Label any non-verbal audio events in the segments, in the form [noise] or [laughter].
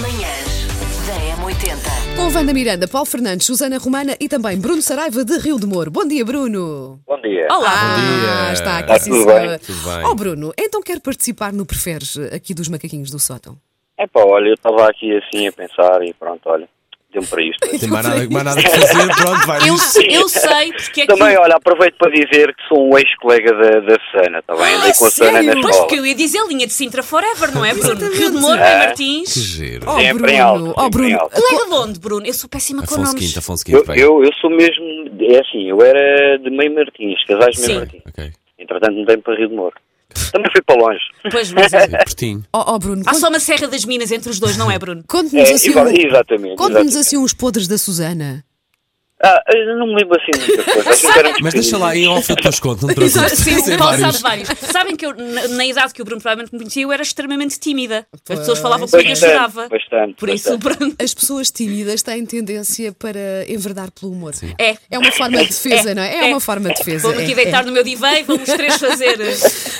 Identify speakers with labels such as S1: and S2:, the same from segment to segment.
S1: Manhãs da M80.
S2: Com Wanda Miranda, Paulo Fernandes, Susana Romana e também Bruno Saraiva de Rio de Moro. Bom dia, Bruno.
S3: Bom dia.
S4: Oh.
S2: Olá,
S5: Bom dia.
S2: está aqui,
S3: Está
S2: sim,
S3: tudo
S2: senhora.
S3: bem?
S5: Tudo bem.
S2: Oh, Bruno, então quer participar no Preferes eh, aqui dos Macaquinhos do Sótão?
S3: É pá, olha, eu estava aqui assim a pensar e pronto, olha, deu-me para isto.
S5: Tem mais nada, mais nada que fazer, pronto, vai.
S4: Eu,
S5: nisso.
S4: [laughs] eu sei porque é que.
S3: Também, olha, aproveito para dizer que sou um ex-colega da, da Susana, está bem? Andei
S4: ah,
S3: com a Susana na
S4: sério? Pois
S3: escola.
S4: porque eu ia dizer linha de Sintra Forever, não é, Bruno?
S2: Exatamente.
S4: Rio de Moro, Rui
S3: É.
S4: Martins.
S5: Que giro.
S2: Oh,
S3: Sempre em
S2: Bruno,
S3: alto,
S2: oh,
S3: sempre em
S2: Bruno.
S3: alto.
S4: Tu é de onde, Bruno? Eu sou péssima com
S5: Afonso
S4: nomes.
S5: V, Afonso V,
S3: Eu,
S5: vai.
S3: eu, eu sou mesmo, é assim, eu era de Meio Martins, casais de Meio
S4: Sim.
S3: Martins.
S5: Ok.
S3: Entretanto, me dei para Rio de Moro.
S5: [laughs]
S3: Também fui para longe.
S4: Pois, mas é.
S5: Sim, Pertinho.
S2: Oh, oh, Bruno,
S4: Há
S2: conte-
S4: só uma Serra das Minas entre os dois, não é, Bruno?
S2: conte-nos
S3: Ah, É,
S2: assim,
S3: igual-
S2: um-
S3: exatamente,
S2: conte-nos
S3: exatamente.
S2: assim uns podres da Susana.
S3: Ah, eu não me lembro assim de muita coisa. acho que eram
S5: Mas deixa lá, em off eu depois conto, não te preocupes.
S4: Sim,
S5: Tem
S4: o Paulo
S5: vários.
S4: sabe vários. Sabem que eu, na, na idade que o Bruno provavelmente me conhecia, eu era extremamente tímida. As
S2: Pois.
S4: pessoas falavam comigo e eu
S3: Bastante,
S4: chorava.
S3: bastante, bastante.
S4: Por isso, Bruno.
S2: As pessoas tímidas têm tendência para enverdar pelo humor.
S4: É.
S2: É uma forma de defesa,
S4: É,
S2: não é? É
S4: é.
S2: uma forma de defesa.
S4: Vou-me aqui
S2: é,
S4: deitar
S2: é.
S4: no meu divã e vamos três fazer.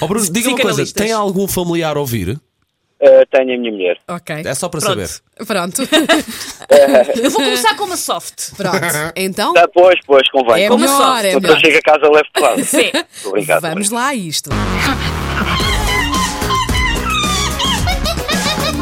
S5: Oh, Bruno, diga uma coisa,
S4: psicanalistas.
S5: tem algum familiar a ouvir?
S3: Ah, tenho a minha mulher.
S2: Ok,
S5: É só para
S4: Pronto.
S5: saber. [laughs]
S2: pronto.
S4: Eu vou começar com uma soft.
S2: pronto, então
S3: Tá, pois, pois, convém.
S2: é
S3: Como
S2: melhor, é
S3: Quando eu
S2: melhor.
S3: chego a casa, levo para lá.
S4: Sim.
S3: Obrigado.
S2: Vamos lá a isto.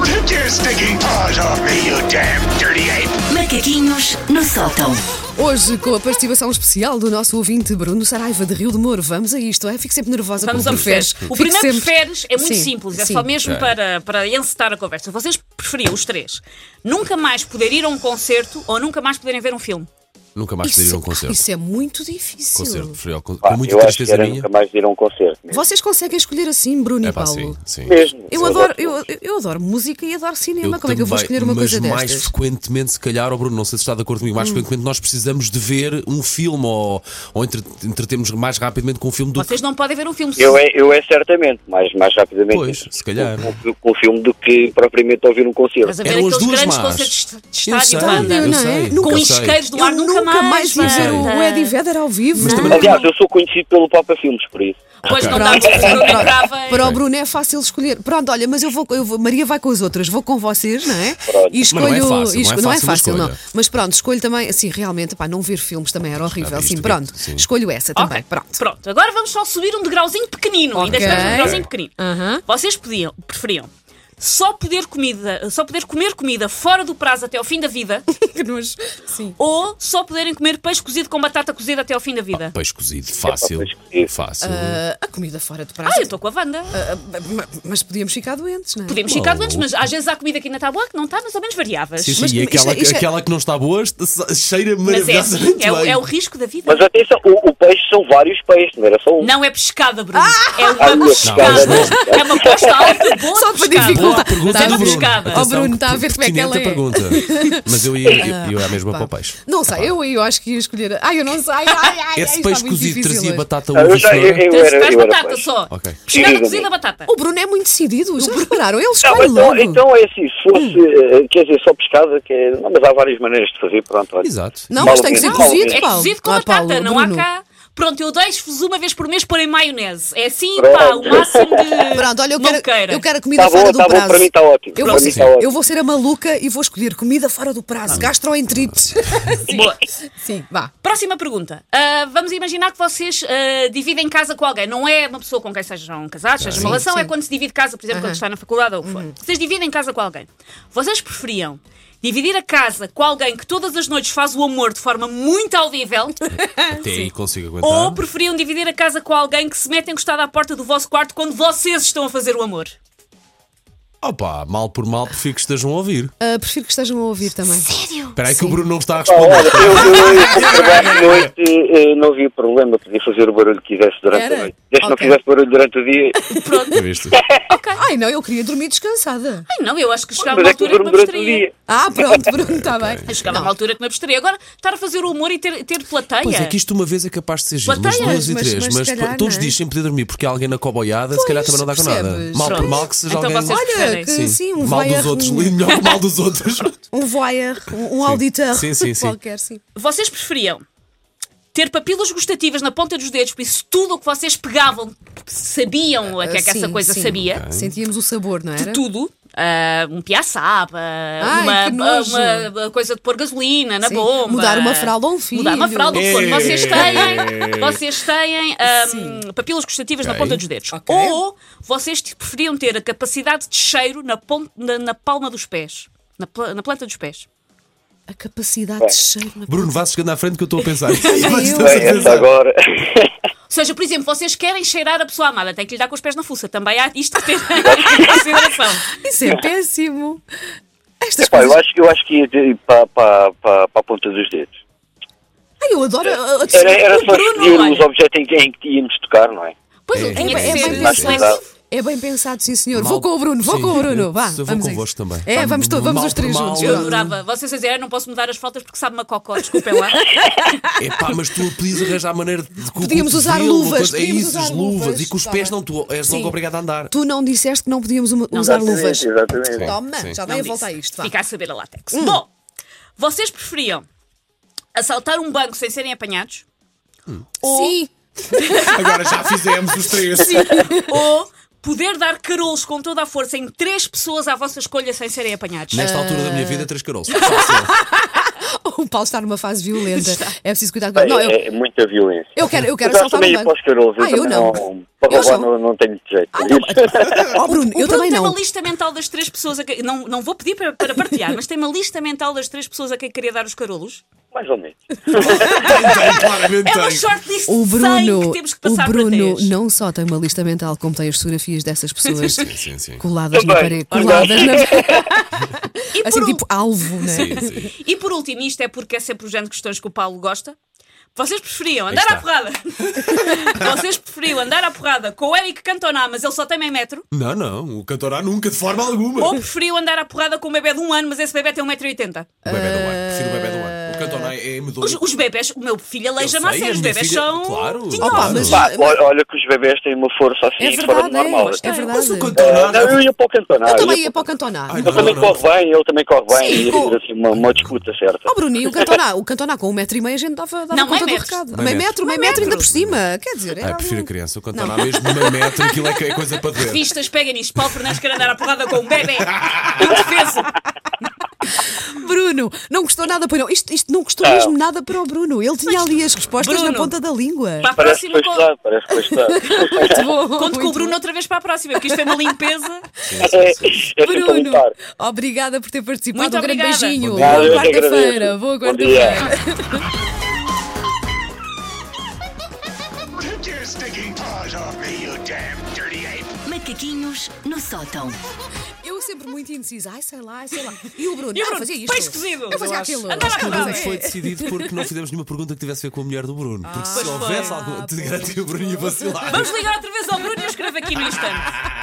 S6: Take your stinking paws off me, you damn dirty ape!
S1: Macaquinhos no sótão.
S2: Hoje, com a participação especial do nosso ouvinte Bruno Saraiva de Rio de Moro, vamos a isto, é? Fico sempre nervosa
S4: Vamos
S2: com
S4: ao
S2: o preferes.
S4: preferes. O
S2: Fico
S4: primeiro
S2: sempre-
S4: preferes é muito
S2: Sim,
S4: simples, é
S2: sim.
S4: só mesmo
S5: Ok.
S4: para, para encetar a conversa. Vocês preferiam, os três, nunca mais poder ir a um concerto ou nunca mais poderem ver um filme?
S5: Nunca mais poder ir a
S2: Isso,
S5: um concerto.
S2: isso é muito difícil.
S5: Concerto, preferi ao con-
S3: Pá,
S5: com muita
S3: eu acho que
S5: tristeza
S3: era
S5: minha.
S3: nunca mais ir a um concerto. Mesmo.
S2: Vocês conseguem escolher assim, Bruno
S5: É
S2: e
S5: pá,
S2: Paulo?
S5: sim, sim.
S3: Mesmo.
S2: Eu adoro, eu,
S3: gosto.
S2: eu adoro música e adoro cinema. Como é que eu vou
S5: também,
S2: escolher uma
S5: mas
S2: coisa
S5: mais
S2: destas? Hum.
S5: frequentemente, se calhar, oh Bruno, não sei se está de acordo comigo, mais frequentemente nós precisamos de ver um filme ou, ou entre- entretemos mais rapidamente com um filme do que
S4: Vocês não podem ver um filme.
S3: Eu é, eu é certamente, mais, mais rapidamente.
S5: Pois, se calhar. né?
S3: Com, com- com o filme do que propriamente ouvir um
S4: Mas
S3: concerto.
S4: a ver
S5: Eram as
S4: aqueles
S5: É duas
S4: grandes
S5: más.
S4: concertos de- de
S5: Eu sei,
S4: estádio,
S2: Estádio,
S4: banda,
S5: eu
S2: não é?
S5: sei,
S2: Nunca
S5: eu
S4: com
S2: sei.
S4: isqueiros do
S2: Eu
S4: ar, nunca, mais.
S2: ia ver um, é
S4: banda.
S2: o Eddie Vedder ao vivo.
S5: também
S2: não.
S5: não-
S3: Aliás, eu sou conhecido pelo Papa Filmes, por isso.
S4: Pois [laughs] não
S2: Pronto,
S4: dá, porque eu
S2: pronto.
S4: lembrava.
S2: Para o Bruno é fácil escolher. Pronto, olha, mas eu vou, eu vou- Maria vai com as outras, vou com vocês, não é? E
S5: Mas não é fácil,
S2: e
S5: não é
S2: esco-
S5: fácil uma escolha.
S2: Mas pronto, escolho também, assim, realmente, pá, não ver filmes também era horrível.
S5: visto,
S2: Sim,
S5: visto,
S2: pronto,
S5: sim.
S2: escolho essa
S4: Ok,
S2: também, pronto.
S4: Pronto, agora vamos só subir um degrauzinho pequenino. Ainda
S2: Ok.
S4: estamos num degrauzinho pequenino.
S2: Aham.
S4: Vocês pediam, preferiam só poder, comida, só poder comer comida fora do prazo até ao fim da vida
S2: [laughs] Que nojo. Sim.
S4: ou só poderem comer peixe cozido com batata cozida até ao fim da vida?
S5: peixe cozido, fácil.
S3: É peixe cozido.
S5: Fácil.
S2: Ah, a comida fora de prazo.
S4: Ah, eu estou com a Wanda.
S2: Ah, ma- mas podíamos ficar doentes, não é?
S4: Podemos ficar doentes, mas às vezes há comida que ainda está boa que não está mais ou menos variáveis.
S5: Sim, sim,
S2: mas isto
S5: e
S2: é-
S5: aquela,
S2: isto é-
S5: aquela que não está boa se- cheira
S4: Mas é assim,
S5: maravilhosamente
S4: é, o-
S5: bem.
S4: é o risco da vida.
S3: Mas atenção, o, o peixe são vários peixes, não era só um.
S4: Não é pescada, Bruno. É
S3: Ah,
S4: uma
S3: não,
S4: pescada.
S3: não.
S4: É uma costa alta boa
S2: Só
S4: de
S2: para
S4: pescada.
S2: dificultar.
S5: Boa pergunta
S2: Tá
S5: do Bruno.
S4: pescada.
S5: Atenção,
S2: Oh, Bruno,
S5: que
S2: está a ver como é que ela
S5: pertinente a pergunta. Mas eu ia, eu, eu ia mesmo
S2: Pá.
S5: para o peixe.
S2: Não sei, eu, eu acho que ia escolher. Ai, eu não sei.
S5: [laughs]
S2: Ai, ai, ai, ai,
S5: Esse
S2: está
S5: peixe
S2: muito
S5: cozido
S2: difícil
S5: trazia
S2: hoje.
S5: batata
S3: Ah, eu, já, eu,
S5: lufadora.
S3: eu
S4: Tens
S3: era,
S4: traz
S3: eu era
S4: batata
S3: peixe.
S4: só.
S5: Ok.
S4: Pescada
S3: Sim,
S4: cozida,
S3: sim.
S4: batata.
S2: O Bruno é muito decidido, já repararam? Ele
S3: Não,
S2: escolhe
S3: então,
S2: logo.
S3: então é assim, se fosse, eh, quer dizer, só pescada, que é- não, mas há várias maneiras de fazer, pronto, olha.
S5: Exato.
S2: Não, mas
S3: Paulo
S2: tem que ser
S3: Pedro.
S2: cozido,
S4: É
S2: Paulo.
S4: cozido com
S2: Ah,
S4: batata,
S2: Paulo,
S4: não
S2: Bruno.
S4: há cá. Pronto, eu deixo-vos uma vez por mês porem maionese. É assim, pá, o
S3: Pronto.
S4: máximo de.
S2: Pronto, olha, eu
S4: não
S2: quero,
S4: queira.
S2: eu quero a comida
S3: Está Tá bom,
S2: fora do
S3: está bom,
S2: prazo.
S3: para mim está ótimo.
S2: eu,
S3: para
S2: vou
S3: mim
S2: ser,
S3: está ótimo.
S2: eu vou ser a maluca e vou escolher comida fora do prazo, gastroenterites.
S4: Boa.
S2: [laughs] Sim, vá.
S4: Próxima pergunta. Ah, vamos imaginar que vocês ah, dividem casa com alguém. Não é uma pessoa com quem sejam casados, seja uma relação,
S2: sim.
S4: é quando se divide casa, por exemplo, quando está na faculdade ou o que for.
S3: Uhum.
S4: Vocês dividem casa com alguém. Vocês preferiam dividir a casa com alguém que todas as noites faz o amor de forma muito audível
S5: Até aí consigo aguentar.
S4: ou preferiam dividir a casa com alguém que se mete encostado à porta do vosso quarto quando vocês estão a fazer o amor?
S5: Opa, mal por mal, prefiro que estejam a ouvir.
S2: Ah, prefiro que estejam a ouvir também.
S5: Espera aí que o Bruno não está a
S3: Pá, olha,
S5: responder.
S3: eu, eu, eu, por trabalho de noite eh, não havia problema, podia fazer o barulho que quisesse durante
S2: Era?
S3: a noite. Desde que não
S2: Ok.
S3: fizesse barulho durante o dia,
S5: Já viste?
S2: Ai, não, eu queria dormir descansada.
S4: Ai não, eu acho que chegava
S3: mas
S4: uma
S3: é que eu
S4: altura que me
S3: durmo durante o
S4: abstraía.
S3: dia.
S2: Ah,
S5: [laughs]
S2: pronto, Bruno, está bem.
S4: Eu Chegava
S2: Não.
S4: uma altura que me abstraía. Agora, estar a fazer o humor e ter, ter plateia.
S5: Pois é que isto uma vez é capaz de ser giro, mas
S4: Plateia,
S5: duas e
S2: mas-
S5: três,
S2: mas
S5: mas,
S2: se calhar,
S5: todos
S2: não é?
S5: dizem sem poder dormir porque há alguém na coboiada, se
S2: Pois,
S5: calhar também não dá com nada.
S2: percebes?
S5: Mal por
S4: Pronto.
S5: mal que seja
S4: Então
S5: alguém.
S4: vocês-
S2: Olha, que
S4: Sim.
S2: sim, um
S5: mal
S2: voyeur,
S5: dos outros,
S2: um-
S5: melhor que mal dos outros.
S2: um voyeur, um, um auditor
S5: Sim, sim, sim.
S2: qualquer, sim.
S4: Vocês preferiam ter papilas gustativas na ponta dos dedos, por isso tudo o que vocês pegavam sabiam o que é que
S2: Ah,
S4: essa
S2: sim,
S4: coisa
S2: sim.
S4: sabia.
S2: Sentíamos o sabor, não
S4: De
S2: era?
S4: tudo. Ah, um piaçaba,
S2: Ai, que
S4: uma,
S2: nojo.
S4: uma coisa de pôr gasolina na
S2: Sim.
S4: bomba.
S2: Mudar uma fralda a um filho.
S4: Mudar uma fralda a um filho.
S5: Ei.
S4: Vocês têm, vocês têm ah, papilas gustativas na
S5: Ok.
S4: ponta dos dedos.
S2: Ok.
S4: Ou vocês te- preferiam ter a capacidade de cheiro na, pon- na- na palma dos pés. Na, pla- na planta dos pés.
S2: A capacidade de cheiro na
S5: Bruno, vá chegando à frente que eu estou a pensar.
S2: eu.
S3: Bem, essa agora.
S4: Ou seja, por exemplo, vocês querem cheirar a pessoa amada, tem que lhe dar com os pés na fuça. Também há isto a ter em [laughs] consideração.
S2: Isso é péssimo. Estas
S3: Pá, eu
S2: coisas.
S3: acho, eu acho que ia de- para, para, para, para a ponta dos dedos.
S2: Ai, eu adoro a, a
S3: Era, era só
S4: Bruno,
S3: escolher os
S4: olha.
S3: objetos em que, em que íamos tocar, não é?
S4: Pois, é, tinha
S2: É
S4: que
S2: bem- é
S4: ser
S2: bem
S4: mais
S2: pensado.
S4: leve.
S2: É bem pensado, sim, senhor.
S5: Mal-
S2: Vou com o Bruno, vou
S5: Sim,
S2: com o Bruno.
S5: eu-
S2: Vá,
S5: eu vou
S2: vamos a
S5: convosco
S2: isso.
S5: também.
S2: É, vamos, to- vamos
S5: Mal
S2: os três
S5: por mal,
S2: juntos.
S4: Eu
S5: Olha.
S4: adorava. Vocês a dizer, "Ah, não posso mudar as faltas porque sabe-me a cocó, desculpem
S2: [laughs]
S4: lá.
S5: Epá, mas tu podias arranjar a maneira de. com o
S2: Podíamos
S5: cotovelo,
S2: usar
S5: uma
S2: luvas,
S5: coisa- É
S2: podíamos
S5: isso,
S2: usar
S5: as luvas.
S2: luvas,
S5: E com os
S2: tá
S5: pés
S2: bem.
S5: não tu és
S2: Sim.
S5: logo obrigado a andar.
S2: Tu não disseste que não podíamos uma- usar luvas.
S3: Exatamente, exatamente.
S2: Toma, já
S4: Não
S2: vai a
S4: disse.
S2: volta a isto. Vá.
S4: Fica a saber a látex.
S2: Hum.
S4: Bom, vocês preferiam assaltar um banco sem serem apanhados
S2: Sim,
S5: [laughs] Agora já fizemos os três.
S4: Oh, ou poder dar carolos com toda a força em três pessoas à vossa escolha sem serem apanhados?
S5: Nesta altura da minha vida, três carolos.
S2: [laughs] o Paulo está numa fase violenta. É preciso cuidar com
S3: Bem,
S2: ele. Não, eu,
S3: É muita violência.
S2: eu quero, eu quero
S3: Mas eu
S2: assaltar um
S3: também ia para
S2: banco.
S3: os carolos. Eu
S2: Ah, eu
S3: também
S2: não.
S3: Para
S2: Eu
S3: roubar
S2: sou-
S3: não, não tenho jeito.
S2: Ah, não. Ó, Bruno,
S4: O
S2: eu
S4: Oh, Bruno
S2: também
S4: tem
S2: não.
S4: uma lista mental das três pessoas a quem. Não, não vou pedir para, para partilhar, mas tem uma lista mental das três pessoas a quem queria dar os carolos.
S3: [laughs] Mais ou menos.
S5: Claramente
S4: É uma
S5: tenho.
S4: shortlist
S2: Então, O
S4: de 100
S2: Bruno,
S4: que temos que
S2: o
S4: passar
S2: Bruno
S4: para 10.
S2: não só tem uma lista mental, como tem as fotografias dessas
S4: [laughs]
S2: pessoas
S5: Sim, sim, sim.
S2: coladas na
S3: Também.
S2: parede. Coladas na parede.
S4: E por
S2: Assim,
S4: último-
S2: tipo alvo, né?
S5: Sim, sim.
S4: [laughs] E por último, isto é porque é sempre o género de questões que o Paulo gosta. Vocês preferiam andar
S5: está. [laughs]
S4: à porrada? Vocês preferiam andar à porrada com o Eric Cantona, mas ele só tem meio metro?
S5: Não, não, o cantor há nunca, de forma alguma.
S4: Ou preferiam andar à porrada com um bebê de um ano, mas esse bebê tem 1,80m?
S5: O bebê do ano, prefiro o bebê do ano. O cantor é medonho.
S4: Os, os bebés, o meu filho
S5: Eu
S4: aleija-me
S5: sei,
S4: assim,
S5: a
S4: os
S5: minha
S4: bebés
S5: filha-
S4: são.
S5: claro.
S4: tinhosos.
S2: Opa, mas-
S3: Pá, olha, olha que os bebés têm uma força assim
S2: É
S3: fora do
S2: verdade,
S3: normal.
S2: é, é
S5: Mas o
S2: verdade.
S5: cantor
S3: Não, Ah, eu ia para o cantonar.
S2: Eu também
S3: ia
S2: ia para o Cantona.
S5: Ai,
S3: Ele também
S5: Não, não.
S3: corre bem, ele também corre bem.
S2: Sim,
S3: e
S2: com-
S3: assim, uma, uma disputa certa.
S2: Ó Bruno, e o Cantona, o Cantona com um metro e meio a gente dava, dava
S4: Não,
S2: conta
S4: meio
S2: do
S4: metro.
S2: recado.
S5: Meio
S2: Meio
S5: metro.
S2: metro, meio metro ainda por cima. Quer dizer, era
S5: Ai, É, prefiro a
S2: ali um-
S5: criança, o cantor há mesmo meio metro, aquilo é que é coisa para ver.
S4: Revistas, pega nisto. Paulo Fernandes quer andar à porrada com um
S5: [laughs]
S4: bebê. Indefeso.
S2: Bruno, não gostou nada para não. Isto, isto não gostou mesmo nada para o Bruno. Ele tinha ali as respostas na
S4: Ah. Bruno,
S2: ponta da língua.
S4: Para a
S3: Parece que
S4: próxima,
S3: foi
S4: con-
S3: estudado, parece que
S2: [laughs]
S3: foi
S2: Muito
S3: estudado.
S2: bom,
S4: conto com o
S2: muito
S4: Bruno
S2: bom.
S4: outra vez para a próxima, porque isto é uma limpeza.
S3: [laughs] É, é sempre a
S2: Bruno,
S3: lutar.
S2: obrigada por ter participado.
S4: Muito
S2: um grande
S4: obrigada.
S2: beijinho.
S5: Bom dia.
S3: Nada,
S2: Boa
S3: eu que
S2: quarta-feira.
S3: agradeço.
S2: Boa
S3: Bom dia.
S2: quarta-feira.
S6: Take your stinking paws off me, you damn dirty ape!
S1: Macaquinhos no sótão.
S2: Eu sempre muito indecisa. Ai, sei lá, sei lá. E o Bruno,
S4: E o
S2: ah,
S4: Bruno,
S2: fazia isto.
S4: peixe cozido.
S2: Eu fazia
S4: Eu
S2: aquilo.
S4: acho- Andava a
S5: Não
S4: Claro.
S5: é
S2: é
S5: foi decidido porque não fizemos nenhuma pergunta que tivesse a ver com a mulher do Bruno. Porque se
S4: Pois foi.
S5: houvesse alguma. Te garantia o Bruno ia vacilar.
S4: Vamos ligar outra vez ao Bruno e eu escrevo aqui no instante.